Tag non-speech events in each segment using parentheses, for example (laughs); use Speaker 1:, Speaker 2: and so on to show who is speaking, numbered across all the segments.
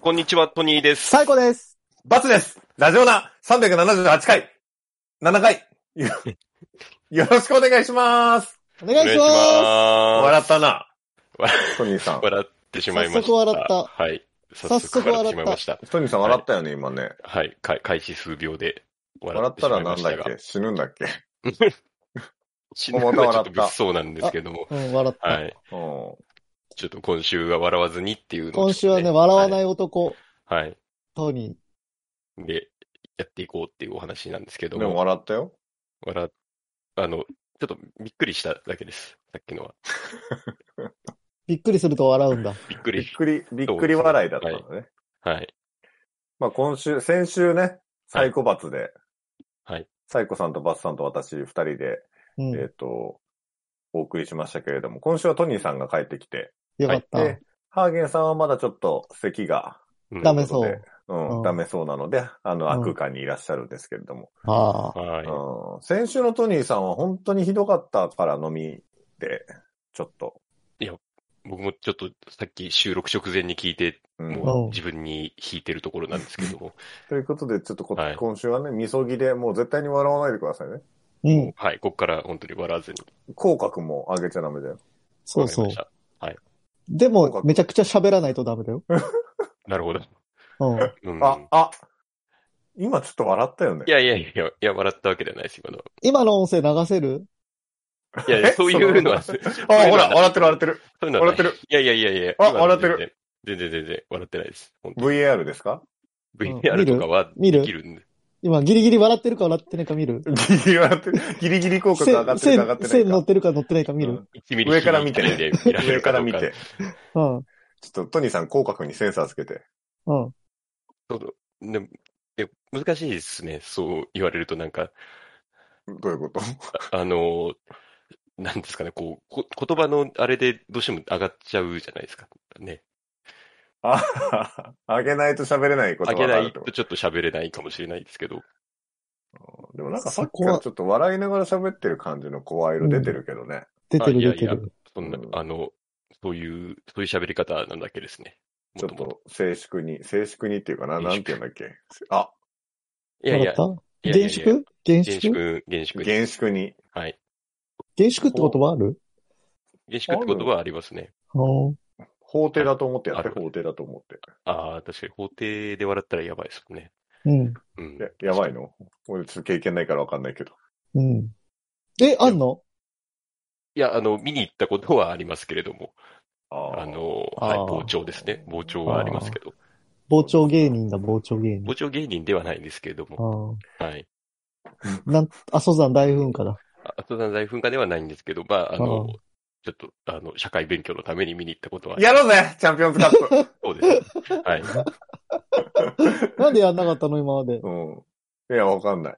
Speaker 1: こんにちは、トニーです。
Speaker 2: 最高です。
Speaker 3: バツです。ラジオナ378回、7回、 (laughs) よよろしくお願いします。
Speaker 2: お願いしま
Speaker 1: お願いし
Speaker 3: 笑ったな
Speaker 1: 笑。
Speaker 3: トニーさん
Speaker 1: ます。。笑ってしまいました。
Speaker 2: 早速笑った
Speaker 1: はい。早
Speaker 2: 早
Speaker 1: 速
Speaker 2: 速
Speaker 1: 笑
Speaker 2: 笑
Speaker 1: っし
Speaker 2: ってた
Speaker 1: まいました。
Speaker 3: トニーさん笑ったよね、今ね。
Speaker 1: はい。か開始数秒で
Speaker 3: 笑
Speaker 1: 笑
Speaker 3: っ
Speaker 1: ってしたま
Speaker 3: ら
Speaker 1: い
Speaker 3: な
Speaker 1: ま
Speaker 3: ん
Speaker 1: し
Speaker 3: だった
Speaker 1: が。
Speaker 3: け死ぬんだっけ
Speaker 1: 死ぬの
Speaker 3: また
Speaker 1: はちょ
Speaker 3: 笑
Speaker 1: っと
Speaker 3: った
Speaker 1: 物騒なんですけども。
Speaker 2: す。うん、笑った。
Speaker 1: はい。
Speaker 3: うん。
Speaker 1: ちょっと今週は笑わずにっていうのを
Speaker 2: 今
Speaker 1: ち
Speaker 2: 週
Speaker 1: ょっ
Speaker 2: は
Speaker 1: と
Speaker 2: ね、笑わない男、
Speaker 1: はい。は
Speaker 2: トニ
Speaker 1: いで、やっていこうっていうお話なんですけ
Speaker 3: で
Speaker 1: ど
Speaker 3: も
Speaker 1: も。
Speaker 3: 笑ったよ。
Speaker 1: 笑っ、あの、ちょっとびっくりしただけです。さっきのは。
Speaker 2: ー。びっくりすると笑うんだ。
Speaker 1: びっく
Speaker 3: び (laughs) っ
Speaker 1: り。
Speaker 3: くり、びっくり笑いだったのね。
Speaker 1: はい。
Speaker 3: まあ今週、先週ね、サイコバツで、
Speaker 1: はい。
Speaker 3: サイコさんとバツさんと私二人で、
Speaker 2: うん。
Speaker 3: えっと、お送りしましたけれども、今週はトニーさんが帰ってきて、
Speaker 2: よかった。
Speaker 3: で、ハーゲンさんはまだちょっと咳が
Speaker 1: うん
Speaker 2: ダメそう。
Speaker 3: うん、
Speaker 2: うん
Speaker 3: ダメそうなので、あの、
Speaker 2: うん
Speaker 3: 悪空間にいらっしゃるんですけれども、
Speaker 2: ああ。
Speaker 1: はい。
Speaker 3: うん先週のトニーさんは本当にひどかったから飲みで、ちょっと、
Speaker 1: 僕もちょっとさっき収録直前に聞いて、
Speaker 3: うん
Speaker 1: も
Speaker 2: うん
Speaker 1: う自分に引いてるところなんですけども、
Speaker 3: ということで、ちょっとこ、
Speaker 1: はい
Speaker 3: 今週はね、みそぎでもう絶対に笑わないでくださいね。
Speaker 2: うん。
Speaker 1: はい、ここから本当に笑わずに。
Speaker 3: 口角も上げちゃダメだよ。
Speaker 2: そうそう
Speaker 1: わかりま。
Speaker 2: で
Speaker 3: 口
Speaker 2: も、
Speaker 3: 角
Speaker 2: めちゃくちゃ喋らないとダメだよ。
Speaker 1: したなるほど。 (laughs)
Speaker 2: うん。
Speaker 1: うん、
Speaker 3: あ、あ、今ちょっと笑ったよね
Speaker 1: い。やいやいや、いや、笑ったわけではないです、今のは。
Speaker 2: 今の音声流せる
Speaker 1: いやいや、そういうのは、そういう
Speaker 3: あ、
Speaker 1: の
Speaker 3: ほ
Speaker 1: は
Speaker 3: ら、笑ってる笑ってる。
Speaker 1: そういうのは
Speaker 3: 笑
Speaker 1: な
Speaker 3: っ
Speaker 1: い
Speaker 3: てる。
Speaker 1: いやいやいやいや、今
Speaker 3: あ
Speaker 1: のは
Speaker 3: 笑ってる
Speaker 1: 全然。全然全然笑ってないです。本当
Speaker 3: VAR ですか
Speaker 2: うん
Speaker 1: VTR とかは
Speaker 2: 見る
Speaker 1: できるんで。
Speaker 2: 今、ギリギリ笑ってるか笑ってないか見る
Speaker 3: ギリギリ笑ってる。ギリギリ口角上がってるか上がって
Speaker 2: 線、線
Speaker 3: な
Speaker 2: 乗
Speaker 3: い
Speaker 2: っ
Speaker 3: か。
Speaker 2: てるか乗ってないか見
Speaker 3: う
Speaker 2: る
Speaker 3: ん
Speaker 1: 1ミリ
Speaker 3: 上から見てね
Speaker 1: で見られ
Speaker 3: 上
Speaker 1: る
Speaker 3: か
Speaker 1: ど
Speaker 3: ら
Speaker 1: う
Speaker 3: 見て。。
Speaker 2: うん。
Speaker 3: ちょっとトニーさん口角にセンサーつけて。
Speaker 2: うん。
Speaker 1: そうでもで難しいですね、そう言われるとなんか。
Speaker 3: どういうこと
Speaker 1: あの、なんですかね、こう、こ言葉のあれでどうしても上がっちゃうじゃないですか。ね。
Speaker 3: あ、あげないと喋れないこと
Speaker 1: 上げ
Speaker 3: があ
Speaker 1: な
Speaker 3: るっ
Speaker 1: い
Speaker 3: てこと
Speaker 1: ちょっと喋れないかもしれないですけど。
Speaker 3: と。でもなんかさっきからちょっと笑いながら喋ってる感じの声色出てるけどね。
Speaker 2: 出てる
Speaker 1: あいや
Speaker 2: 出て
Speaker 1: いや
Speaker 2: る。
Speaker 1: そんな、
Speaker 3: うん
Speaker 1: あの、そういう、そういう喋り方なんだっけですね。
Speaker 3: ちょ
Speaker 1: も
Speaker 3: っ
Speaker 1: ともと。
Speaker 3: と静粛に、静粛にっていうかな、
Speaker 1: 静
Speaker 3: な
Speaker 1: 粛
Speaker 3: んて言うんだっけ。あ、
Speaker 1: いやい
Speaker 2: 笑
Speaker 1: や
Speaker 2: っ、た
Speaker 1: いやいやいや
Speaker 2: 厳粛厳
Speaker 1: 厳
Speaker 2: 粛
Speaker 1: 粛、厳粛に。
Speaker 3: 厳粛に。
Speaker 1: はい。
Speaker 2: 厳粛って言葉ある
Speaker 1: 厳粛ってことはありますね。
Speaker 2: うん。
Speaker 3: 法廷だと思ってやっ
Speaker 1: あ
Speaker 3: て、
Speaker 1: る
Speaker 3: 法廷だと思って。
Speaker 1: ああ、確かに法廷で笑ったらやばいですもんね。
Speaker 2: うん。
Speaker 1: うん。
Speaker 3: ややばいの俺ちょっと経験ないからわかんないけど。
Speaker 2: うん。え、あんの
Speaker 1: いや、あの、見に行ったことはありますけれども、
Speaker 3: あ
Speaker 1: あ
Speaker 3: あ、
Speaker 1: の、
Speaker 2: あ
Speaker 1: は
Speaker 2: ー
Speaker 1: い、傍聴ですね。傍聴はありますけど。
Speaker 2: 傍聴芸人だ、傍聴芸人。
Speaker 1: 傍聴芸人ではないんですけれども、
Speaker 2: あ
Speaker 1: はい。
Speaker 2: あ。なん、阿蘇山大噴火だ。
Speaker 1: あ登山大噴火ではないんですけど、まあ、あの、
Speaker 2: うん
Speaker 1: ちょっと、あの、社会勉強のために見に行ったことは、
Speaker 3: やろうぜチャンピオンズカップ
Speaker 1: そうです。はい。
Speaker 3: (laughs)
Speaker 2: なんでやんなかったの今まで。
Speaker 3: うん。いや、わかんない。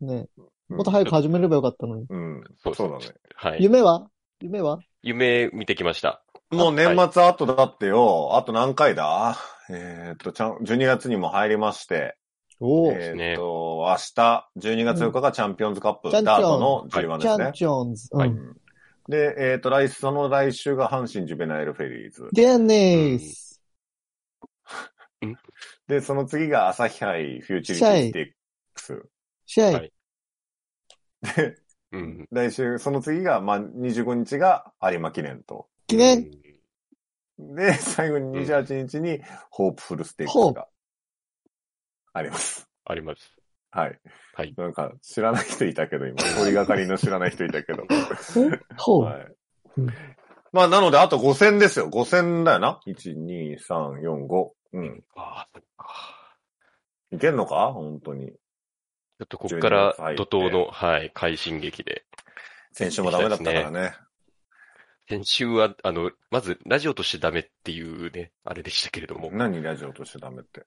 Speaker 2: ね。
Speaker 3: うん
Speaker 2: もっと早く始めればよかったのに。
Speaker 3: うん。
Speaker 1: そう
Speaker 3: そうだね。
Speaker 1: はい。
Speaker 2: 夢は夢は
Speaker 1: 夢見てきました。
Speaker 3: もう年末あとだってよ、あと何回だえーっと、ちゃん、12月にも入りまして、
Speaker 2: おー
Speaker 1: す
Speaker 3: え
Speaker 1: ね
Speaker 3: ーっと、明日、12月4日がチャンピオンズカップ、
Speaker 2: チャンピオン
Speaker 3: ダートの G1
Speaker 2: チ
Speaker 3: です
Speaker 2: ャ
Speaker 3: ね
Speaker 2: ン。チョンズ。
Speaker 1: は
Speaker 2: う
Speaker 1: い
Speaker 2: ん。
Speaker 3: で、えーっと、来、その来週が阪神ジュベナイルフェリーズ。
Speaker 2: デアネース。
Speaker 3: で、その次が朝日杯フューチュリティスティックス。
Speaker 2: 試合。
Speaker 1: は
Speaker 2: はい
Speaker 1: い。うん。
Speaker 3: 来週、その次が、まあ、25日が有馬記念と。
Speaker 2: 記念。
Speaker 3: で、最後に28日に、ホープフルステークスがあります。
Speaker 1: あります。
Speaker 3: はい。
Speaker 1: はい
Speaker 3: なんか、知らない人いたけど、今、通りがかりの知らない人いたけ
Speaker 1: (laughs)
Speaker 3: ど。
Speaker 2: ほ
Speaker 3: は
Speaker 2: う。
Speaker 3: い
Speaker 2: うん。
Speaker 3: まあ、なので、あと5戦ですよ。5戦だよな。1、2、3、4、5。うん。
Speaker 1: ああ、そっか
Speaker 3: いけんのか本当に。
Speaker 1: ちょっとこっから
Speaker 3: 12
Speaker 1: 怒涛の、はい、快進撃で。
Speaker 3: 先週もダメだったからね。
Speaker 1: 先週は、あの、まず、ラジオとしてダメっていうね、あれでしたけれども、
Speaker 3: 何ラジオとしてダメって。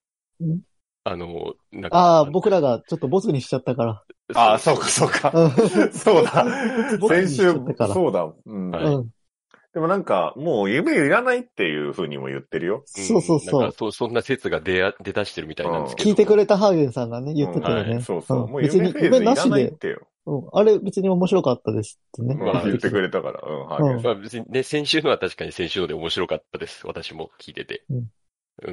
Speaker 1: あの、なんか、
Speaker 2: ああ、僕らがちょっとボスにしちゃったから。
Speaker 3: ああ、そうか、そうか。そうだ。
Speaker 2: 僕
Speaker 3: 先
Speaker 2: 言
Speaker 3: 週
Speaker 2: っちゃったか、ら
Speaker 3: そうだ。うん。
Speaker 1: は
Speaker 2: う
Speaker 1: い
Speaker 2: ん。
Speaker 3: でもなんか、もう夢いらないっていうふうにも言ってるよ。
Speaker 1: ん
Speaker 2: そうそうそ
Speaker 1: なん
Speaker 2: う
Speaker 1: か。そう、そんな説が出や、出だしてるみたいなんですけど。
Speaker 2: 聞いてくれたハーゲンさんがね、言ってたよ
Speaker 1: うん
Speaker 2: ね。
Speaker 3: そうそう。
Speaker 2: ん
Speaker 3: もう
Speaker 2: 別
Speaker 3: 夢
Speaker 2: に
Speaker 3: フェーズ
Speaker 2: 夢
Speaker 3: い
Speaker 2: な
Speaker 3: ら
Speaker 2: し
Speaker 3: ないっ
Speaker 2: で。
Speaker 3: てよ。
Speaker 2: うん。あれ別に面白かったですってね。
Speaker 3: まあ言ってくれたから。うん、ハーゲンさん
Speaker 1: まあ別にね、先週のは確かに先週ので面白かったです。私も聞いてて。
Speaker 2: うん
Speaker 1: うん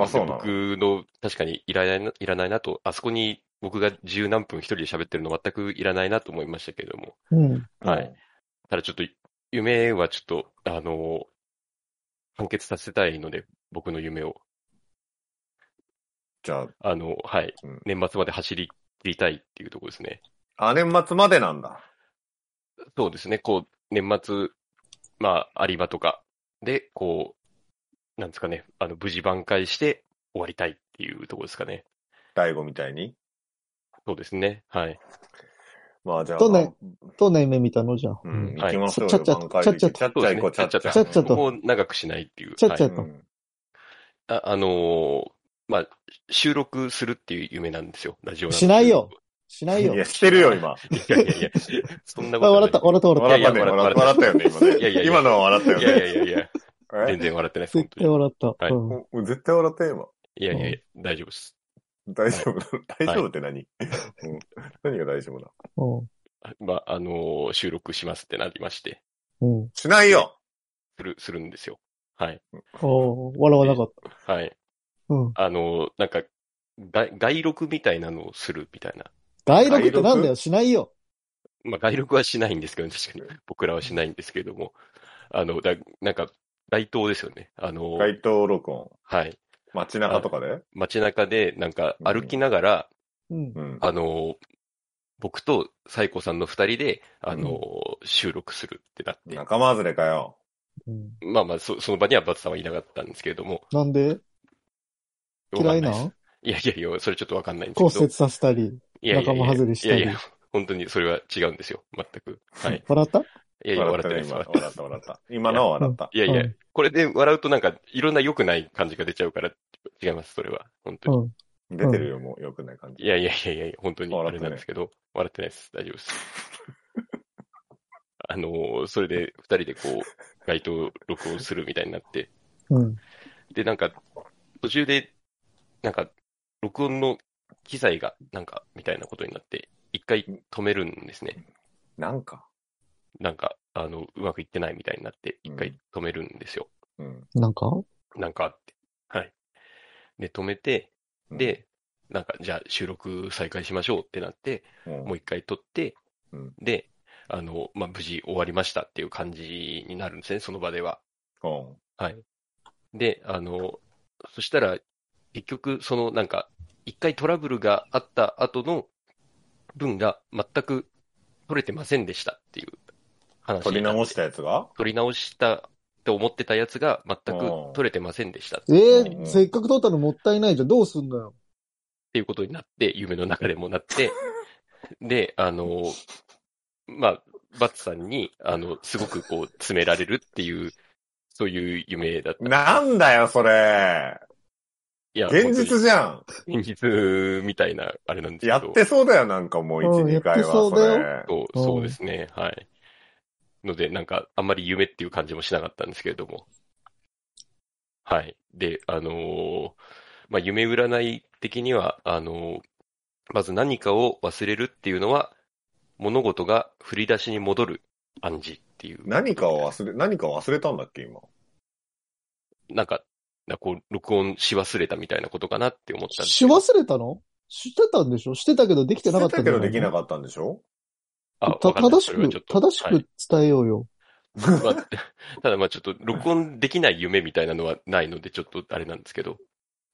Speaker 3: あそうなの
Speaker 1: 僕の確かにいらないな、いらないなと、あそこに僕が十何分一人で喋ってるの全くいらないなと思いましたけれども。
Speaker 2: うん。
Speaker 1: はい。ただちょっと、夢はちょっと、あの、完結させたいので、僕の夢を。
Speaker 3: じゃ
Speaker 1: あの、はい。
Speaker 3: うん
Speaker 1: 年末まで走り切りたいっていうところですね。
Speaker 3: あ、あ、年末までなんだ。
Speaker 1: そうですね。こう、年末、まあ、有馬とかで、こう、なんですかね、あの、無事挽回して終わりたいっていうところですかね。
Speaker 3: 大悟みたいに。
Speaker 1: そうですね。はい。
Speaker 3: まあじゃあ。
Speaker 2: どんなどんな夢見たのじゃあ。
Speaker 3: うん、
Speaker 1: は
Speaker 3: 行
Speaker 1: い
Speaker 3: きましょうよ。
Speaker 2: ちゃっちゃ
Speaker 3: 挽回劇
Speaker 2: ちゃっ
Speaker 3: ちゃっ
Speaker 1: そう
Speaker 3: ちゃ
Speaker 1: です
Speaker 3: 行こ
Speaker 1: ね
Speaker 3: う、ちゃっちゃ。
Speaker 2: ちゃっちゃと
Speaker 1: もう長くしないっていう。
Speaker 2: ちゃっちゃ
Speaker 1: はい
Speaker 2: と
Speaker 3: うん
Speaker 1: ああのーまあ、収録するっていう夢なんですよ。ラジオんです
Speaker 2: しないよ。しないよ。
Speaker 3: いや、してるよ、今。
Speaker 1: いやいやいや、そんな
Speaker 2: あ、
Speaker 1: ことな
Speaker 2: 笑
Speaker 1: い
Speaker 2: った、笑った、笑っ
Speaker 3: 笑ったね、
Speaker 1: いやいや
Speaker 3: 笑
Speaker 1: 笑っ
Speaker 3: っ
Speaker 1: たた
Speaker 3: 笑ったよね、今ね。
Speaker 1: いやいやいや
Speaker 3: 今のは笑ったよ
Speaker 1: い
Speaker 3: ね。
Speaker 1: やいやいやいや、
Speaker 3: え
Speaker 1: 全然笑ってないです、
Speaker 2: た。
Speaker 1: 本
Speaker 2: 絶
Speaker 1: 当
Speaker 2: 対
Speaker 1: に。はい
Speaker 2: 笑った。うん。
Speaker 3: もう絶対笑ったよ、今。
Speaker 1: いやいやいや、大丈夫です。
Speaker 3: 大丈夫だ。大丈夫って何、うん何が大丈夫だ
Speaker 2: うん
Speaker 1: まあ、あのー収録しますってなりまして、
Speaker 2: うん。
Speaker 3: しないよ
Speaker 1: する、するんですよ。はい。
Speaker 2: おー笑わなかっ
Speaker 1: はい。
Speaker 2: た。うん。
Speaker 1: あのーなんか、外外録みたいなのをするみたいな。
Speaker 2: 外録ってなんだよ、しないよ。
Speaker 1: まあ、外録はしないんですけど、確かに。僕らはしないんですけれども。あの、だなんか、街頭ですよね。あのー
Speaker 3: 街頭録音。
Speaker 1: はい。
Speaker 3: 街中とかで
Speaker 1: 街中で、なんか、歩きながら、
Speaker 2: うん。
Speaker 3: うん。
Speaker 1: あのー僕とサイコさんの二人で、あのー収録するってなって、
Speaker 3: 仲間外れかよ。
Speaker 2: うん
Speaker 1: まあまあそ、その場にはバツさんはいなかったんですけれども。
Speaker 2: なんで嫌いな
Speaker 1: わかん
Speaker 2: ん
Speaker 1: いですいやいやいや、それちょっとわかんないんです
Speaker 2: 骨
Speaker 1: けど
Speaker 2: 折。させたり、
Speaker 1: いやいやいや
Speaker 2: 仲間外れしたり
Speaker 1: いやいや、本当にそれは違うんですよ。全く。
Speaker 2: (laughs)
Speaker 1: はい。
Speaker 2: 笑った
Speaker 1: いやいや、笑ってない
Speaker 3: ね
Speaker 1: です。
Speaker 3: 今。
Speaker 1: 笑ってない
Speaker 3: 笑った、笑った。今のは笑った。
Speaker 1: いやいや
Speaker 2: うん、
Speaker 1: これで笑うとなんか、いろんな良くない感じが出ちゃうから、違います、それは。本当
Speaker 2: う
Speaker 1: に。
Speaker 2: ん。
Speaker 3: 出てるよ、もう。よくない感じ。
Speaker 1: いやいやいやいや、本当にあれなんですけど、笑ってないです。大丈夫です。 (laughs) あのーそれで二人でこう、街頭録音するみたいになって、
Speaker 2: うん。
Speaker 1: で、なんか、途中で、なんか、録音の機材が、なんか、みたいなことになって、一回止めるんですね。
Speaker 3: なんか。
Speaker 1: なんか、あの、うまくいってないみたいになって、
Speaker 3: うん
Speaker 1: 一回止めるんですよ。
Speaker 3: うん。
Speaker 2: なんか
Speaker 1: なんかあって。はい。で、止めて、で、なんか、じゃあ収録再開しましょうってなって、
Speaker 3: うん、
Speaker 1: もう一回撮って、
Speaker 3: うん
Speaker 1: で、あの、まあ、無事終わりましたっていう感じになるんですね、その場では。
Speaker 3: うん。
Speaker 1: はい。で、あの、そしたら、結局、そのなんか、一回トラブルがあった後の分が全く取れてませんでしたっていう話。
Speaker 3: 取り直したたやつが
Speaker 1: 取り直したって思ってたやつが全く
Speaker 3: うん
Speaker 1: 取れてませんでしたっ
Speaker 2: ええ
Speaker 3: うんうん
Speaker 2: せっかく撮ったのもったいないじゃん。どうすんのよ。
Speaker 1: ていうことになって、夢の中でもな
Speaker 3: (laughs)
Speaker 1: って、で、あの、まあ、バツさんに、あの、すごくこう、詰められるっていう、そういう夢だった。
Speaker 3: なんだよ、それ。
Speaker 1: いや、
Speaker 3: 現
Speaker 1: 本当
Speaker 3: 実
Speaker 1: に
Speaker 3: じゃん。
Speaker 1: 現実みたいな、あれなんですけど。
Speaker 3: やってそうだよ、なんかもう一、
Speaker 2: うん
Speaker 3: 二回
Speaker 2: やっ
Speaker 3: は。
Speaker 2: てそうだよ
Speaker 3: れ
Speaker 1: そう、
Speaker 2: うん
Speaker 1: そうですね。はい。ので、なんか、あんまり夢っていう感じもしなかったんですけれども。はい。で、あのーまあ、夢占い的には、あのーまず何かを忘れるっていうのは、物事が振り出しに戻る暗示っていう。
Speaker 3: 何かを忘れ、何か忘れたんだっけ、今。
Speaker 1: なんか、なんかこう、録音し忘れたみたいなことかなって思ったんです
Speaker 2: し
Speaker 1: けど
Speaker 2: 忘れたのしてたんでしょしてたけどできてなかった
Speaker 3: た
Speaker 2: んだ
Speaker 3: け
Speaker 2: よ
Speaker 3: どできなかったんでしょ
Speaker 1: あ、
Speaker 2: た
Speaker 1: わかんない
Speaker 2: 正し
Speaker 1: それはちょっ
Speaker 2: く、
Speaker 1: と
Speaker 2: 正し
Speaker 1: はい
Speaker 2: く伝えようよ。
Speaker 1: (laughs) まあ、ただまあちょっと録音できない夢みたいなのはないので、ちょっとあれなんですけど、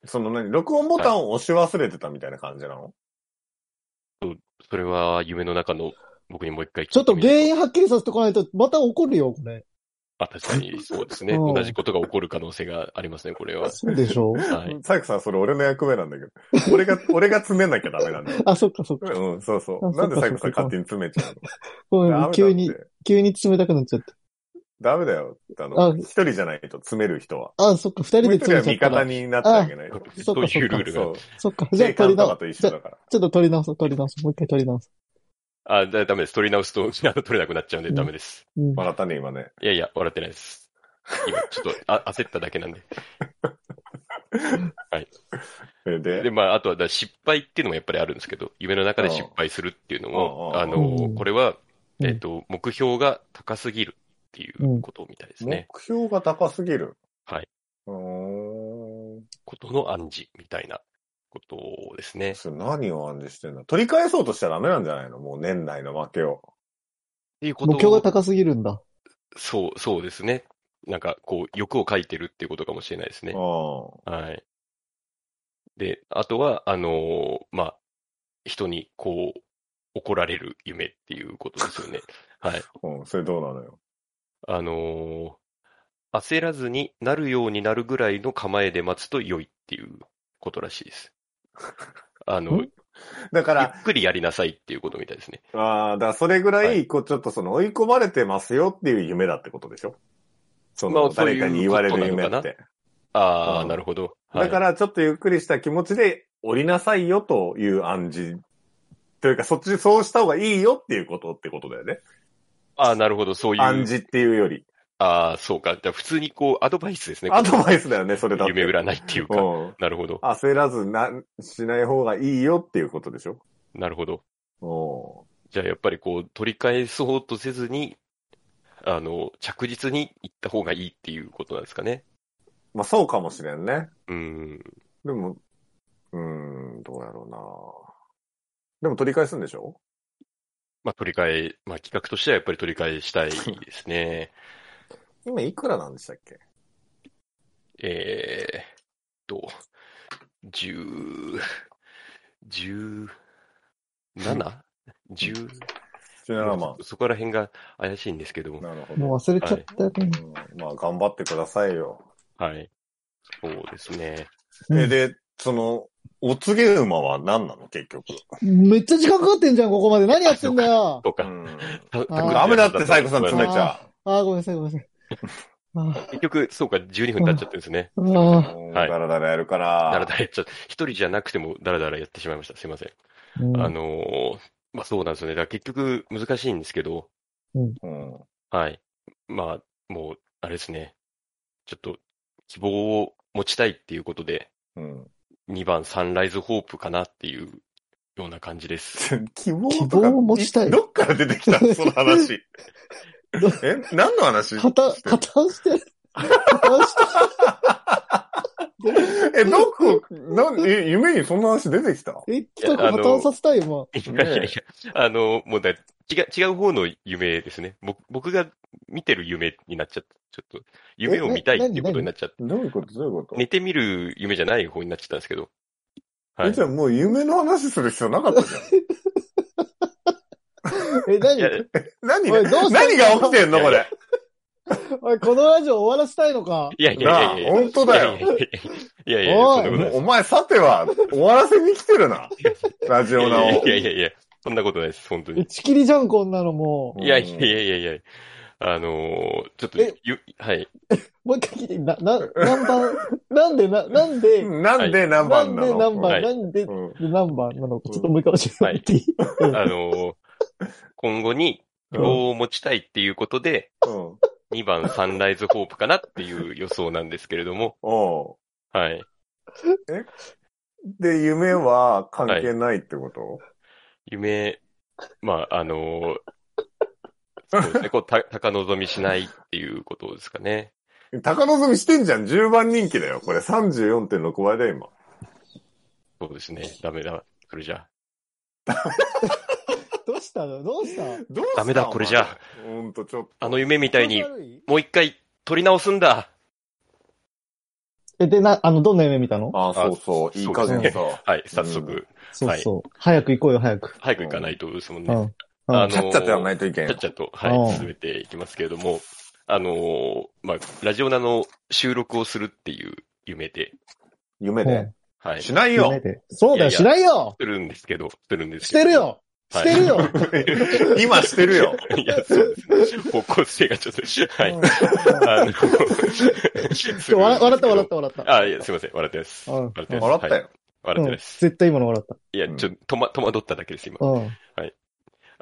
Speaker 3: その何録音ボタンを押し忘れてたみたいな感じなの、
Speaker 1: それは夢の中の僕にもう一回聞い
Speaker 2: ちょっと
Speaker 1: てみる
Speaker 2: 原因はっきりさせてこないと、また怒るよ、これ。
Speaker 1: あ、確かにそうですね。
Speaker 2: うん
Speaker 1: 同じことが起こる可能性がありますね、これは。
Speaker 2: そうでしょ
Speaker 1: はい。
Speaker 3: サイクさん、それ俺の役目なんだけど。
Speaker 2: (laughs)
Speaker 3: 俺が、俺が詰めなきゃダメなんだよ。
Speaker 2: あ、そっかそっか。
Speaker 3: うん、そうそ
Speaker 2: あ
Speaker 3: う。なんで
Speaker 2: そっか
Speaker 3: サイ
Speaker 2: そっ
Speaker 3: クさん
Speaker 2: か
Speaker 3: 勝手に詰めちゃう
Speaker 2: ご
Speaker 3: の
Speaker 2: め
Speaker 3: ダメだ
Speaker 2: ん、
Speaker 3: って
Speaker 2: 急に、急に冷たくなっちゃった。
Speaker 3: ダメだよ。あ
Speaker 2: あ
Speaker 3: の、一人じゃないと詰める人は。
Speaker 2: あ、そっか、二人
Speaker 3: もう
Speaker 2: で
Speaker 3: 一人
Speaker 2: 詰
Speaker 3: は
Speaker 2: めちゃ
Speaker 3: 味
Speaker 2: った
Speaker 3: 方
Speaker 2: ら。
Speaker 3: になってあげないと。
Speaker 2: (laughs) そっ
Speaker 1: そう
Speaker 2: か
Speaker 1: いうルール
Speaker 3: そ
Speaker 1: が。
Speaker 3: う。
Speaker 2: そっか、じゃあ
Speaker 3: 警
Speaker 2: 取り
Speaker 3: 官とか
Speaker 2: 直
Speaker 3: と一
Speaker 2: じ
Speaker 3: 緒
Speaker 2: ゃあ
Speaker 3: だから。
Speaker 2: ちょっと取り直そう、取り直そう。もう一回取り直そ
Speaker 1: あ、だダメです。取り直すと、 (laughs) あの取れなくなっちゃうんでダメです。
Speaker 2: う。うん。
Speaker 3: 笑ったね、今ね。
Speaker 1: いやいや、笑ってないです。今、ちょっとあ (laughs) 焦っただけなんで。
Speaker 3: で、
Speaker 1: で、まあ、あとはだから失敗っていうのもやっぱりあるんですけど、夢の中で失敗するっていうのも、
Speaker 3: うん
Speaker 1: あの、
Speaker 2: うん
Speaker 1: これは、
Speaker 2: うん
Speaker 1: えっと、目標が高すぎるっていうことみたいですね。
Speaker 3: 目標が高すぎる。
Speaker 1: はい。
Speaker 3: うーん。
Speaker 1: こことの暗示みたいなことをですね。
Speaker 3: それ何を暗示してんだ取り返そうとしたらダメなんじゃないのもう年内の負けを。
Speaker 1: っていうこ
Speaker 2: 目標が
Speaker 1: とを、
Speaker 2: 高すぎるんだ。
Speaker 1: そう、そうですね。なんかこう、欲を書いてるっていうことかもしれないですね。
Speaker 3: う
Speaker 1: はい。で、あとは、あのーまあ、人にこう、怒られる夢っていうことです
Speaker 3: (laughs)
Speaker 1: よね。はい。
Speaker 3: ん。うん。それどうなのよ。
Speaker 1: あのー焦らずになるようになるぐらいの構えで待つと良いっていうことらしい
Speaker 3: (laughs)
Speaker 1: です。あの、ゆ
Speaker 2: ん
Speaker 3: だか
Speaker 1: っ
Speaker 3: ら、
Speaker 1: くりやりなさいっていうことみたいですね。
Speaker 3: ああ、だからそれぐら、
Speaker 1: はい
Speaker 3: こう、ちょっとその追い込まれてますよっていう夢だってことでしょそ
Speaker 1: ま
Speaker 3: の、
Speaker 1: あそうい
Speaker 3: 誰
Speaker 1: う
Speaker 3: かに言われる
Speaker 1: ことな
Speaker 3: 夢
Speaker 1: のかな
Speaker 3: って。
Speaker 1: あ
Speaker 3: う
Speaker 1: あ、
Speaker 3: ん
Speaker 1: なるほど。はい
Speaker 3: だから、ちょっとゆっくりした気持ちで降りなさいよという暗示。というか、そっち、そうした方がいいよっていうことってことだよね。
Speaker 1: ああ、なるほど、そういう。
Speaker 3: 暗示っていうより。
Speaker 1: ああ、そうか。じゃあ普通にこう、アドバイスですね。
Speaker 3: アド
Speaker 1: イ
Speaker 3: バイスだよね、それだって。
Speaker 1: 夢占いっていう
Speaker 3: う
Speaker 1: か。
Speaker 3: ん。
Speaker 1: なるほど。
Speaker 3: 焦らずな、しない方がいいよっていうことでしょ
Speaker 1: なるほど。
Speaker 3: お
Speaker 1: じゃあやっぱりこう、取り返そうとせずに、あの、着実に行った方がいいっていうことなんですかね。
Speaker 3: まあそうかもしれんね。
Speaker 1: うん。
Speaker 3: でも、うーん、どうやろうな。でも取り返すんでしょ
Speaker 1: まあ、取り替え、まあ、企画としてはやっぱり取り替えしたいですね。 (laughs)
Speaker 3: 今いくらなんでしたっけ
Speaker 1: えーっと、十、十、七十、
Speaker 3: ?17 万。
Speaker 1: そこら辺が怪しいんですけども。
Speaker 3: なるほ
Speaker 2: もう忘
Speaker 3: ど。
Speaker 2: れちゃったよね。
Speaker 3: うん、まあ頑張ってくださいよ。
Speaker 1: はい。そうですね。
Speaker 2: うん
Speaker 3: え、で、その、お告げ馬は何なの結局。
Speaker 2: めっちゃ時間かかってんじゃん、ここまで。何やってんだよ。
Speaker 1: と
Speaker 3: う
Speaker 1: か。
Speaker 3: ん。
Speaker 1: た
Speaker 2: あー
Speaker 3: (laughs) ダメだって、サイコさん詰めちゃ。
Speaker 2: ああ、ごめんなさい、ごめんなさい。あ
Speaker 1: 結局、そうか、12分経っちゃってるんですね。
Speaker 2: ああ
Speaker 3: もう
Speaker 1: はい
Speaker 3: ダラダラやるから。
Speaker 1: だらだらやっちゃった。一人じゃなくてもだらだらやってしまいました。すいません。
Speaker 2: あ、うん
Speaker 1: あのーまあ、そうなんですよね。だから結局難しいんですけど、
Speaker 3: うん。
Speaker 1: はい。まあ、もう、あれですね。ちょっと、希望を持ちたいっていうことで、
Speaker 3: うん。
Speaker 1: 2番サンライズホープかなっていうような感じです。
Speaker 3: (laughs) 希望とか
Speaker 2: 希望を持ちたい
Speaker 3: どっから出てきたのその話。
Speaker 2: (laughs) ど
Speaker 3: え何の話
Speaker 2: 加担、加担してる。加担して
Speaker 3: え、どこ、なん、
Speaker 2: (laughs)
Speaker 3: え、夢にそんな話出てきた
Speaker 2: る。え、来た子加担させたい、今。
Speaker 1: (laughs) いやいやいや、あのーもうだ、違う、違う方の夢ですね。僕僕が見てる夢になっちゃった。ちょっと、夢を見たいっていうことになっちゃった。
Speaker 3: どういうことどういうこと
Speaker 1: 寝てみる夢じゃない方になっちゃったんですけど。は
Speaker 3: え、
Speaker 1: い
Speaker 3: じ。ゃあもう夢の話する必要なかったじゃん。
Speaker 2: え、何
Speaker 1: いや
Speaker 3: 何
Speaker 2: おいどうした
Speaker 3: 何が起きてんのこれ。
Speaker 2: おい、このラジオ終わらせたいのか。
Speaker 1: いやい
Speaker 3: な
Speaker 1: や
Speaker 3: あ、
Speaker 1: いやいや。
Speaker 3: 本当だよ。
Speaker 1: いやいやいや。いやいやいや、そんなことない
Speaker 3: お前さては、終わらせに来てるな。ラジオナを
Speaker 1: い。やいやいやいや、そんなことないです、本当に
Speaker 2: 打。ち切りじゃん、こんなのも
Speaker 1: いやいやいやいやいや、あのーちょっと
Speaker 2: え
Speaker 1: ゆ、はい。
Speaker 2: う。もう一回聞いて、な、な、何番、なんで、な、なんで、
Speaker 3: なんで何番な
Speaker 2: なんで
Speaker 3: の
Speaker 2: 何
Speaker 1: は
Speaker 2: 番、
Speaker 1: い
Speaker 2: なんで
Speaker 3: うん
Speaker 2: 何番なのか、ちょっともう一回教えてもらっていい
Speaker 1: あのー今後に希望を持ちたいっていうことで、
Speaker 3: うん。うん
Speaker 1: 2番サンライズホープかなっていう予想なんですけれども、
Speaker 3: お
Speaker 1: はい。
Speaker 3: うで、夢は関係ないってこと
Speaker 1: 夢、まあ、あのーそうですね、こう、た、高望みしないっていうことですかね。
Speaker 3: 高望みしてんじゃん。10番人気だよ。これ34.6倍だよ、今。
Speaker 1: そうですね、ダメだ、それじゃ。
Speaker 2: どうしたのどうした
Speaker 3: どうした
Speaker 1: ダメだ
Speaker 3: お前
Speaker 1: これじゃ。
Speaker 3: ほんと、ちょっ
Speaker 1: あの夢みたいに、
Speaker 2: 悪い
Speaker 1: もう一回取り直すんだ
Speaker 2: え、で、な、あの、どんな夢見たの
Speaker 3: と。あ、そうそう。いい加減さ。
Speaker 1: はい、早速、
Speaker 3: う
Speaker 2: そうそう。早く行こうよ、早く。
Speaker 1: 早く行かないとですもん
Speaker 2: う
Speaker 1: ね。
Speaker 2: ん。
Speaker 1: あの
Speaker 3: ちゃっちゃとやらないといけん
Speaker 1: ちゃ
Speaker 3: よ
Speaker 1: っ。ちゃと、
Speaker 2: う
Speaker 1: は
Speaker 2: ん
Speaker 1: い、進めていきますけれども、あのーまあ、ラジオナの収録をするっていう夢で、
Speaker 3: 夢で。
Speaker 1: はい、
Speaker 3: し
Speaker 1: す
Speaker 3: ない
Speaker 2: 夢
Speaker 3: よ。
Speaker 2: で。そうだ
Speaker 1: いや
Speaker 2: よ、
Speaker 1: いや
Speaker 2: しないよ
Speaker 1: るんですけど、するんです
Speaker 2: し
Speaker 1: けど。
Speaker 2: てるよし
Speaker 1: はい
Speaker 2: てるよ
Speaker 3: 今してるよ。
Speaker 1: (laughs) いや、そうですね。方向性がちょっと、はい。
Speaker 2: う
Speaker 1: (laughs) あ
Speaker 2: ん
Speaker 1: の、。
Speaker 2: ち (laughs) ょ笑笑った、笑ったた、笑った。
Speaker 1: あ、いや、すいません。笑ってないです。
Speaker 2: うん
Speaker 1: 笑ってないです。
Speaker 3: (laughs) 笑った
Speaker 1: はい。
Speaker 3: よ。
Speaker 1: 笑って
Speaker 2: うん
Speaker 1: ないです。
Speaker 2: 絶対今の笑っ
Speaker 1: いや、ちょっと、とま、戸惑っただけです、今
Speaker 2: た。。う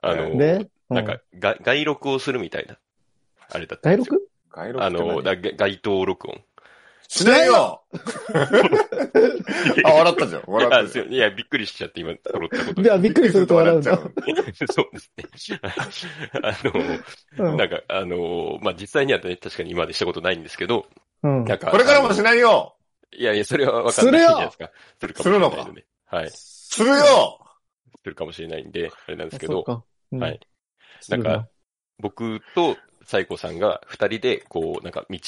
Speaker 1: あの
Speaker 2: ん。で
Speaker 1: ー、、なんか、が外録をするみたいな、あれだったん
Speaker 2: 外
Speaker 1: ですよ。
Speaker 2: 録
Speaker 3: 街
Speaker 1: あのー、
Speaker 3: 録って何
Speaker 1: だが街頭録音。
Speaker 3: しないよ (laughs) あ、笑ったじゃん。笑
Speaker 1: あ
Speaker 3: ったじ
Speaker 1: す
Speaker 3: ゃ
Speaker 1: いませんいや、びっくりしちゃって、今、揃ったこと
Speaker 2: いや、びっくりすると笑うんだ。
Speaker 3: ん。
Speaker 1: そうですね。あ
Speaker 2: う
Speaker 1: の、
Speaker 2: ん
Speaker 1: なんか、あの、まあ、実際にはね、確かに今までしたことないんですけど、
Speaker 2: うん
Speaker 1: なんか、
Speaker 3: これからもし
Speaker 1: ない。
Speaker 3: ないよ
Speaker 1: いやいや、それはわかんないじゃないですか。する
Speaker 3: よ
Speaker 1: かもしれないので。はい。す
Speaker 3: するよ
Speaker 1: るかもしれないんで、あれなんですけ
Speaker 2: そ
Speaker 1: ど
Speaker 2: う、か。うん
Speaker 1: はい。なんか、僕とサイコさんが二人で、こう、なんか道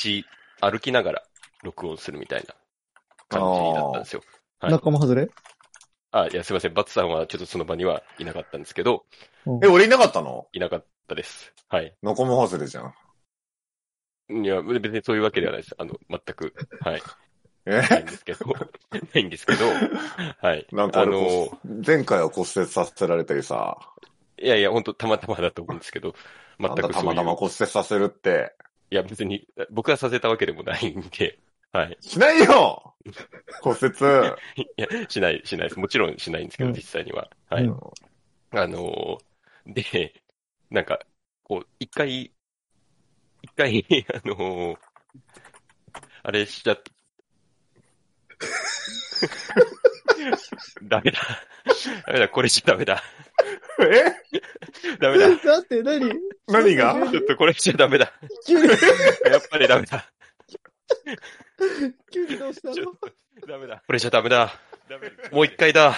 Speaker 1: 歩きながら録音するみたいな感じだったんですよ。はい
Speaker 2: 仲間外れ
Speaker 1: あ、いや、すいません。バツさんはちょっとその場にはいなかったんですけど、
Speaker 3: え、俺いなかったの
Speaker 1: いなかったです。はい。
Speaker 3: 仲間外れじゃん。
Speaker 1: いや、別にそういうわけではないです。あの、全く。はい。
Speaker 3: え
Speaker 1: ないんですけど。 (laughs) ないんですけど。はい。
Speaker 3: なんか
Speaker 1: あ
Speaker 3: 俺
Speaker 1: の、
Speaker 3: 前回は骨折させられたりさ、
Speaker 1: いやいや、本当たまたまだと思うんですけど、全
Speaker 3: なんだ
Speaker 1: く
Speaker 3: た
Speaker 1: そう
Speaker 3: ま
Speaker 1: い
Speaker 3: たま
Speaker 1: う。
Speaker 3: 骨折させるって。
Speaker 1: いや、別に、僕がさせたわけでもないんで、はい。
Speaker 3: しな
Speaker 1: (laughs)
Speaker 3: いよ骨折。
Speaker 1: いや、しない、しないです。もちろんしないんですけど、
Speaker 2: うん
Speaker 1: 実際には。はい。
Speaker 2: うん
Speaker 1: あのーで、なんか、こう、一回、一回、 (laughs) あのーあれしちゃっ (laughs) ダメだ。ダメだ、これしちゃダメだ。
Speaker 3: え
Speaker 1: ダメだ。ち
Speaker 2: (laughs) だって何
Speaker 3: 何が
Speaker 1: ょっとこれしちゃダメだ。
Speaker 2: 急に、
Speaker 1: やっぱりダメだ。
Speaker 2: 急にどうしたの
Speaker 1: ちょっと、ダメだ。これしちゃダメだ。もう一回だ。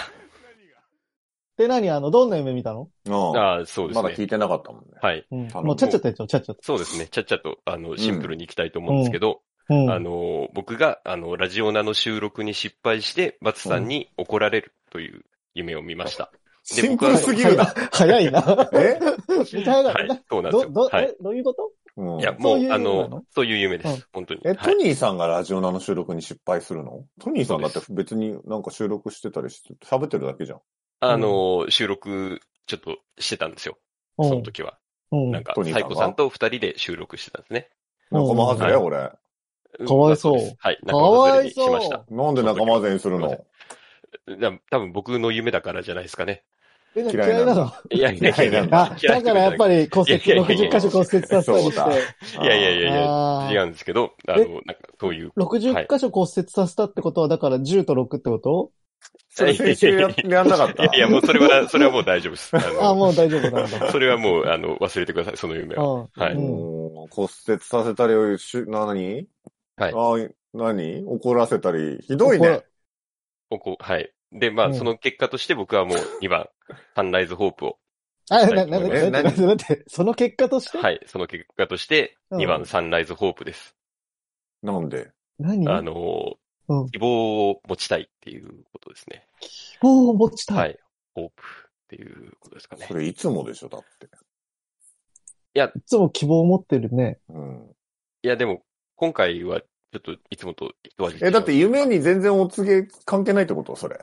Speaker 2: で、何あの、どんな夢見たの
Speaker 3: なあ
Speaker 1: ああ、そうです
Speaker 3: まだ聞
Speaker 1: ね。
Speaker 3: いてなかったもんね。
Speaker 1: はい。
Speaker 2: うん。
Speaker 3: 頼む
Speaker 2: もう、ちゃっちゃったやつよ、ちゃっちゃっ
Speaker 1: そうですね。ちゃっちゃと、あの、シンプルに行きたいと思うんですけど、
Speaker 2: た。うん。
Speaker 1: あの、僕が、あの、ラジオナの収録に失敗して、バツさんに怒られるという夢を見ました。
Speaker 3: シンプルすぎるな。
Speaker 2: 早いな。 (laughs)
Speaker 3: え
Speaker 2: めっちゃ早
Speaker 1: は
Speaker 2: かっ
Speaker 1: い、そうな
Speaker 2: た。
Speaker 1: んです
Speaker 2: ど、
Speaker 1: よ。
Speaker 2: ど、
Speaker 1: はい。
Speaker 2: えどういうこと
Speaker 3: うん
Speaker 1: いや、も
Speaker 2: そういう
Speaker 1: う、あ
Speaker 2: 夢なの
Speaker 1: の、そういう夢で
Speaker 2: うん
Speaker 1: す。本当に。
Speaker 3: え、
Speaker 1: は
Speaker 3: ト
Speaker 1: い。
Speaker 3: ニーさんがラジオナの収録に失敗するのトニーさんだって別になんか収録してたりして、喋ってるだけじゃん。
Speaker 1: あの、収録、ちょっとしてたんですよ。その時は。
Speaker 2: うん。
Speaker 1: なんか、
Speaker 3: トニーさ
Speaker 1: サ
Speaker 3: ん
Speaker 1: イ
Speaker 3: が
Speaker 1: コさんと二人で収録してたんですね。
Speaker 3: 仲間外れ、
Speaker 1: うん
Speaker 3: 俺。
Speaker 2: かわいそう
Speaker 1: ですはい。
Speaker 2: か
Speaker 1: 仲間外
Speaker 2: わ
Speaker 1: れ
Speaker 2: い
Speaker 1: にし
Speaker 2: そ
Speaker 1: ました
Speaker 2: う。。
Speaker 3: なんで仲間外れにする
Speaker 1: すい
Speaker 3: の
Speaker 1: だ多分僕の夢だからじゃないですかね。
Speaker 2: えな
Speaker 3: 嫌いなの
Speaker 2: 嫌い
Speaker 1: (laughs)
Speaker 2: なの
Speaker 1: いやいやいやい
Speaker 3: 嫌
Speaker 1: や
Speaker 3: いなの
Speaker 2: あ、だからやっぱり骨折、
Speaker 1: いやいやいや
Speaker 2: 60箇所骨折させたり
Speaker 3: そうだ
Speaker 2: して。
Speaker 1: いやいやいやいや、
Speaker 2: あー
Speaker 1: 違うんですけど、あの、なんか、そういう。
Speaker 2: 60箇所骨折させたってことは、だから10と6ってこと
Speaker 3: それ先週ややんなかった。
Speaker 1: いやいや、もうそれは、それはもう大丈夫です。あの
Speaker 2: あ、もう大丈夫
Speaker 3: (laughs)
Speaker 2: なんだ。
Speaker 1: それ (laughs) はもう、あの、忘れてください、その夢は。
Speaker 2: うん。
Speaker 1: はい
Speaker 2: うん
Speaker 3: もう骨折させたり、し何
Speaker 1: はい
Speaker 3: あ何怒らせたり、ひどいね。
Speaker 1: ここ、はい。で、ま
Speaker 2: う
Speaker 1: あ、
Speaker 2: ん
Speaker 1: その結果として僕はもう2番、サンライズホープを。
Speaker 2: あ、な、な、な、
Speaker 3: え
Speaker 2: な、な、だって、その結果として
Speaker 1: はい、その結果として
Speaker 2: うん
Speaker 1: 2番、サンライズホープです。
Speaker 3: なんで
Speaker 2: 何
Speaker 1: あのー
Speaker 2: うん
Speaker 1: 希望を持ちたいっていうことですね。
Speaker 2: 希望を持ちた。
Speaker 1: はいい。ホープっていうことですかね
Speaker 3: そ。れいつもでしょ、だって。
Speaker 2: いつも希望を持ってるね。
Speaker 3: うん。
Speaker 1: いや、でも、今回はちょっといつもと一味違う
Speaker 3: え、だって
Speaker 1: い
Speaker 3: 夢に全然お告げ関係ないってことそれ。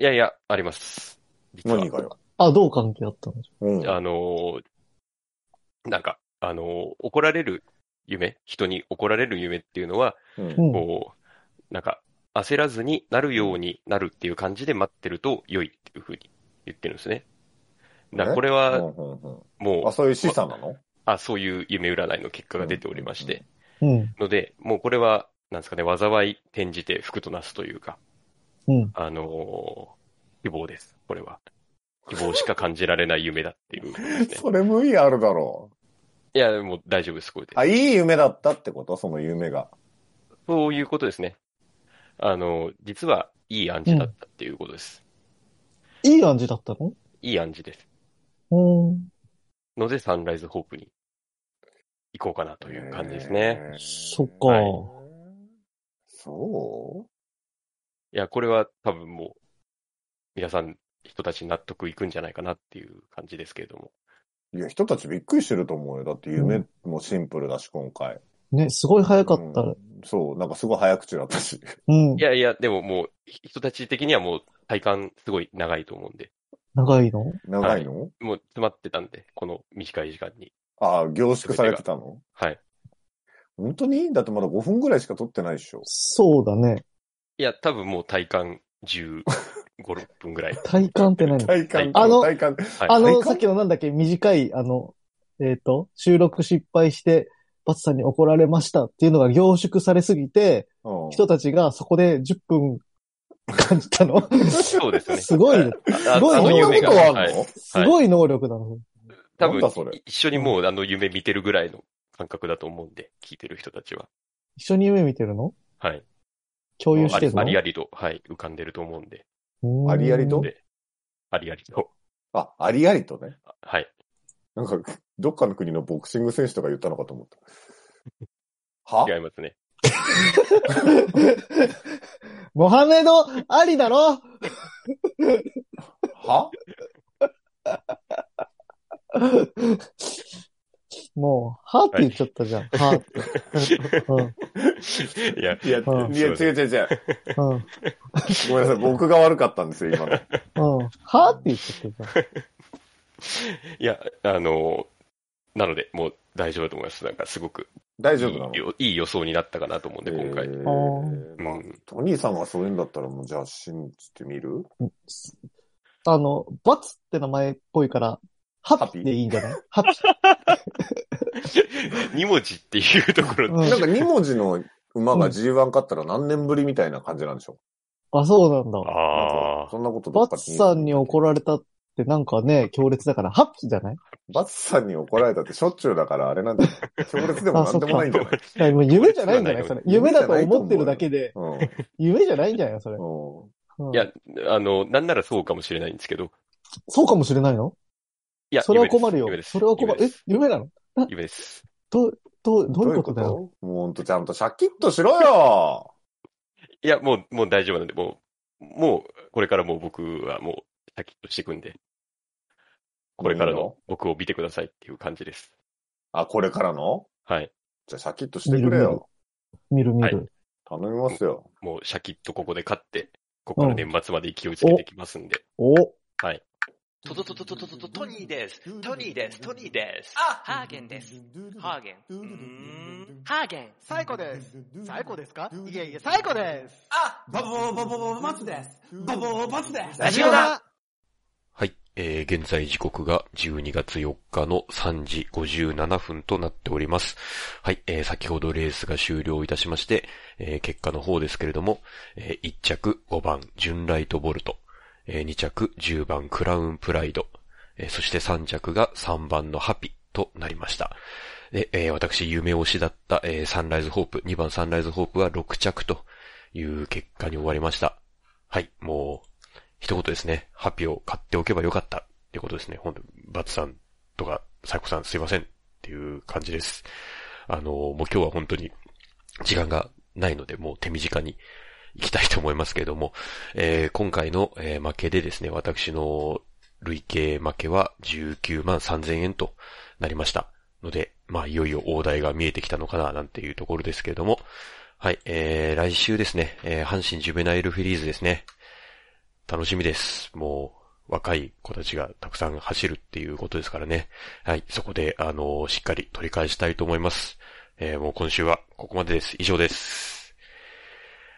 Speaker 1: やいや、あります。実は
Speaker 3: 何。がよ。
Speaker 2: あ、どう関係あったの
Speaker 3: うん。
Speaker 1: あのーなんか、あのー怒られる夢、人に怒られる夢っていうのは、
Speaker 3: うん
Speaker 2: うん。
Speaker 1: こう、なんか、焦らずになるようになるっていう感じで待ってると良いっていうふうに言ってるんですね。だから
Speaker 3: ね
Speaker 1: これ
Speaker 3: う
Speaker 1: は
Speaker 3: んうんうん
Speaker 1: もう、
Speaker 3: あ、そういう資産
Speaker 1: (laughs)
Speaker 3: なの
Speaker 1: あ、そういう夢占いの結果が出ておりまして、
Speaker 2: うん。
Speaker 1: ので、もうこれは、なんですかね、災い転じて福となすというか、
Speaker 2: うん。
Speaker 1: あのー希望です、これは。希望しか感じられない夢だっていうことですね
Speaker 3: (laughs) 。それ無理あるだろう。
Speaker 1: いや、もう大丈夫です、これで。
Speaker 3: あ、いい夢だったってことその夢が。
Speaker 1: そういうことですね。あのー実はいい暗示だったっていうことです。
Speaker 2: いい暗示だったの
Speaker 1: いい暗示です。
Speaker 2: うん。
Speaker 1: ので、サンライズホープに行こうかなという感じですね。
Speaker 3: へー。
Speaker 2: そっか。
Speaker 1: はい
Speaker 3: そう
Speaker 1: いや、これは多分もう、皆さん、人たち納得いくんじゃないかなっていう感じですけれども。
Speaker 3: いや、人たちびっくりしてると思うよ。だって夢もシンプルだし、今回。
Speaker 2: ね、すごい早かった。
Speaker 3: うんそう、なんかすごい早口だったし。
Speaker 2: うん
Speaker 1: い。やいや、でももう、ひ人たち的にはもう、体感すごい長いと思うんで、
Speaker 2: 長いの
Speaker 3: 長いの、
Speaker 1: もう詰まってたんで、この短い時間に。
Speaker 3: ああ、凝縮されてたの
Speaker 1: はい。
Speaker 3: 本当にだってまだ5分ぐらいしか撮ってないでしょ。
Speaker 2: そうだね。
Speaker 1: いや、多分もう体感15、6分
Speaker 3: (laughs)
Speaker 1: ぐらい。はい。
Speaker 2: 体感って何
Speaker 3: 体感、
Speaker 2: あの
Speaker 3: 体感。
Speaker 2: あ
Speaker 3: 体
Speaker 2: の、
Speaker 3: 感
Speaker 2: さっきのなんだっけ、短い、あの、えっ、と、収録失敗して、バツさんに怒られましたっていうのが凝縮されすぎて、
Speaker 3: うん
Speaker 2: 人たちがそこで10分感じたの。
Speaker 1: そうですね。
Speaker 2: すごいね、
Speaker 1: す
Speaker 2: ごい
Speaker 3: そんな
Speaker 2: 夢
Speaker 3: ことはあ
Speaker 1: は
Speaker 3: るの、
Speaker 1: い。
Speaker 2: すごい能力なの。
Speaker 1: 多
Speaker 3: なんだそ
Speaker 1: 分
Speaker 3: れ、
Speaker 1: 一緒にもうあの夢見てるぐらいの感覚だと思うんで、聞いてる人たちは。
Speaker 2: 一緒に夢見てるの
Speaker 1: はい。
Speaker 2: 共有してるの
Speaker 4: ありありと、はい、浮かんでると思うんで。
Speaker 3: ありありと
Speaker 2: うーん (laughs)
Speaker 4: で、ありありと。
Speaker 3: あ、ありありとね。
Speaker 4: はい。
Speaker 3: なんか、どっかの国のボクシング選手とか言ったのかと思った。は
Speaker 4: 違いますね。
Speaker 2: モハメド、ありだろ
Speaker 3: は
Speaker 2: (laughs) もう、はって言っちゃったじゃん。はって。うん
Speaker 4: いや、
Speaker 3: いや、
Speaker 2: うん
Speaker 3: いや違う違う違う。
Speaker 2: うん。
Speaker 3: ごめんなさい、僕が悪かったんですよ、今の。
Speaker 2: うん。はって言っちゃったじゃん。
Speaker 4: いや、あの、なので、もう大丈夫だと思います。なんか、すごく
Speaker 3: 大
Speaker 4: い
Speaker 3: 丈夫なの
Speaker 4: いよ、いい予想になったかなと思うんで、今
Speaker 3: え
Speaker 4: 回。
Speaker 3: ー
Speaker 2: あ
Speaker 3: まあ
Speaker 4: うん
Speaker 3: トニーさんがそういうんだったら、もうじゃあ信じてみる
Speaker 2: あの、バツって名前っぽいから、ハッピーでいいんじゃないハッピ
Speaker 4: 二文字っていうところで、
Speaker 2: ー。う
Speaker 3: なん
Speaker 2: ん
Speaker 3: か2文字の馬が G1 勝ったら何年ぶりみたいな感じなんでしょ
Speaker 2: あ、そうなんだ。
Speaker 3: なん
Speaker 4: あ
Speaker 3: かそんなことば
Speaker 2: バ
Speaker 3: っか
Speaker 2: ツさんに怒
Speaker 3: ら
Speaker 2: られたってなんかね、強烈だから、ハッピーじゃない
Speaker 3: バツさんに怒られたってしょっちゅうだから、あれなんだよ。強烈でもなんでもないんじゃない
Speaker 2: いやもう夢じゃないんじゃないそれ。夢
Speaker 3: 夢じ
Speaker 2: だ
Speaker 3: ゃ
Speaker 2: と
Speaker 3: ないと
Speaker 2: 思
Speaker 3: 思うよ
Speaker 2: ってるだけで、
Speaker 3: うん。うん
Speaker 2: 夢じゃないんじゃないそれ。うん
Speaker 4: いや、あの、なんならそうかもしれないんですけど。
Speaker 2: そうかもしれないの
Speaker 4: いや、
Speaker 2: それは困るよ
Speaker 4: 夢で。す
Speaker 2: それは困る。
Speaker 4: 夢
Speaker 2: え
Speaker 4: です、
Speaker 2: 夢なの
Speaker 4: 夢です。
Speaker 2: どう、どう、ど
Speaker 3: ど
Speaker 2: う
Speaker 3: う
Speaker 2: い
Speaker 3: いうう
Speaker 2: こ
Speaker 3: ことと
Speaker 2: だ
Speaker 3: だ
Speaker 2: よ。
Speaker 3: よ。もうほんとちゃんとシャキッとしろよ
Speaker 4: いや、もう、もう大丈夫なんで、もう、もう、これからもう僕はもう、シャキッとしていくんで、これから
Speaker 3: もういい
Speaker 4: の僕を見てくださいっていう感じです。
Speaker 3: あ、これからの
Speaker 4: はい。
Speaker 3: じゃあシャキッとしてくれ
Speaker 2: 見る見る
Speaker 3: よ。
Speaker 2: 見る見
Speaker 4: は
Speaker 2: る。
Speaker 3: 頼みますよ。
Speaker 4: もう、シャキッとここで勝って、ここから年末まで勢いつけてきますんで。
Speaker 2: お
Speaker 5: トトトトトトトトニーです。トニーです。トニーです。
Speaker 6: あ
Speaker 5: ハーゲンです。。ハーゲン。うーんハーゲン。
Speaker 6: 最高です。最高ですかいえいえ、最高です。あバボーバボーバボーバツです。バボーバツです。
Speaker 5: ラジオだ
Speaker 4: はい。えー、現在時刻が12月4日の3時57分となっております。はい。えー、先ほどレースが終了いたしまして、えー、結果の方ですけれども、えー、1着5番、ジュンライトボルト、えー、2着10番、クラウンプライド、えー、そして3着が3番のハピとなりました。で、えー、私、夢推しだった、えー、サンライズホープ、2番サンライズホープは6着という結果に終わりました。はい。もう、一言ですね、ハッピーを買っておけばよかったってことですね。本当バツさんとか、サイコさんすいませんっていう感じです。あの、もう今日は本当に時間がないので、もう手短に行きたいと思いますけれども、えー今回の、えー負けでですね、私の累計負けは19万3000円となりました。ので、まあ、いよいよ大台が見えてきたのかな、なんていうところですけれども、はい、えー、来週ですね、えー阪神ジュベナイルフィリーズですね、楽しみです。もう、若い子たちがたくさん走るっていうことですからね。はい、そこで、あのしっかり取り返したいと思います。えーもう今週はここまでです。以上です。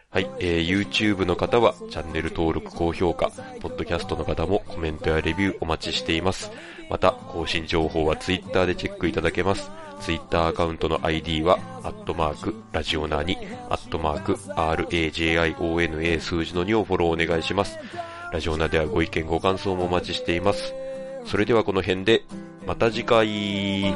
Speaker 4: はい、えー YouTube の方はチャンネル登録、高評価、Podcast の方もコメントやレビューお待ちしています。また、更新情報は Twitter でチェックいただけます。Twitter アカウントの ID は、アットマーク、ラジオナーに、アットマーク、RAJIONA 数字の2をフォローお願いします。ラジオナではご意見ご感想もお待ちしています。それではこの辺で、また次回。